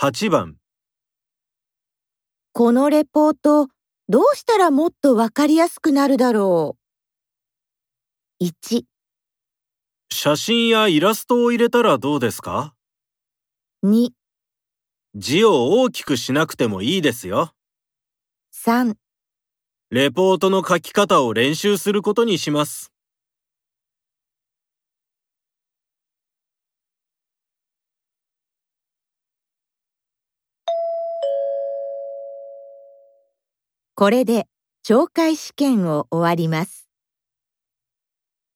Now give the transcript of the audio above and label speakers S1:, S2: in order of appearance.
S1: 8番
S2: このレポート、どうしたらもっとわかりやすくなるだろう。1、
S1: 写真やイラストを入れたらどうですか
S2: 2、
S1: 字を大きくしなくてもいいですよ。
S2: 3。
S1: レポートの書き方を練習することにします。
S2: これで懲戒試験を終わります。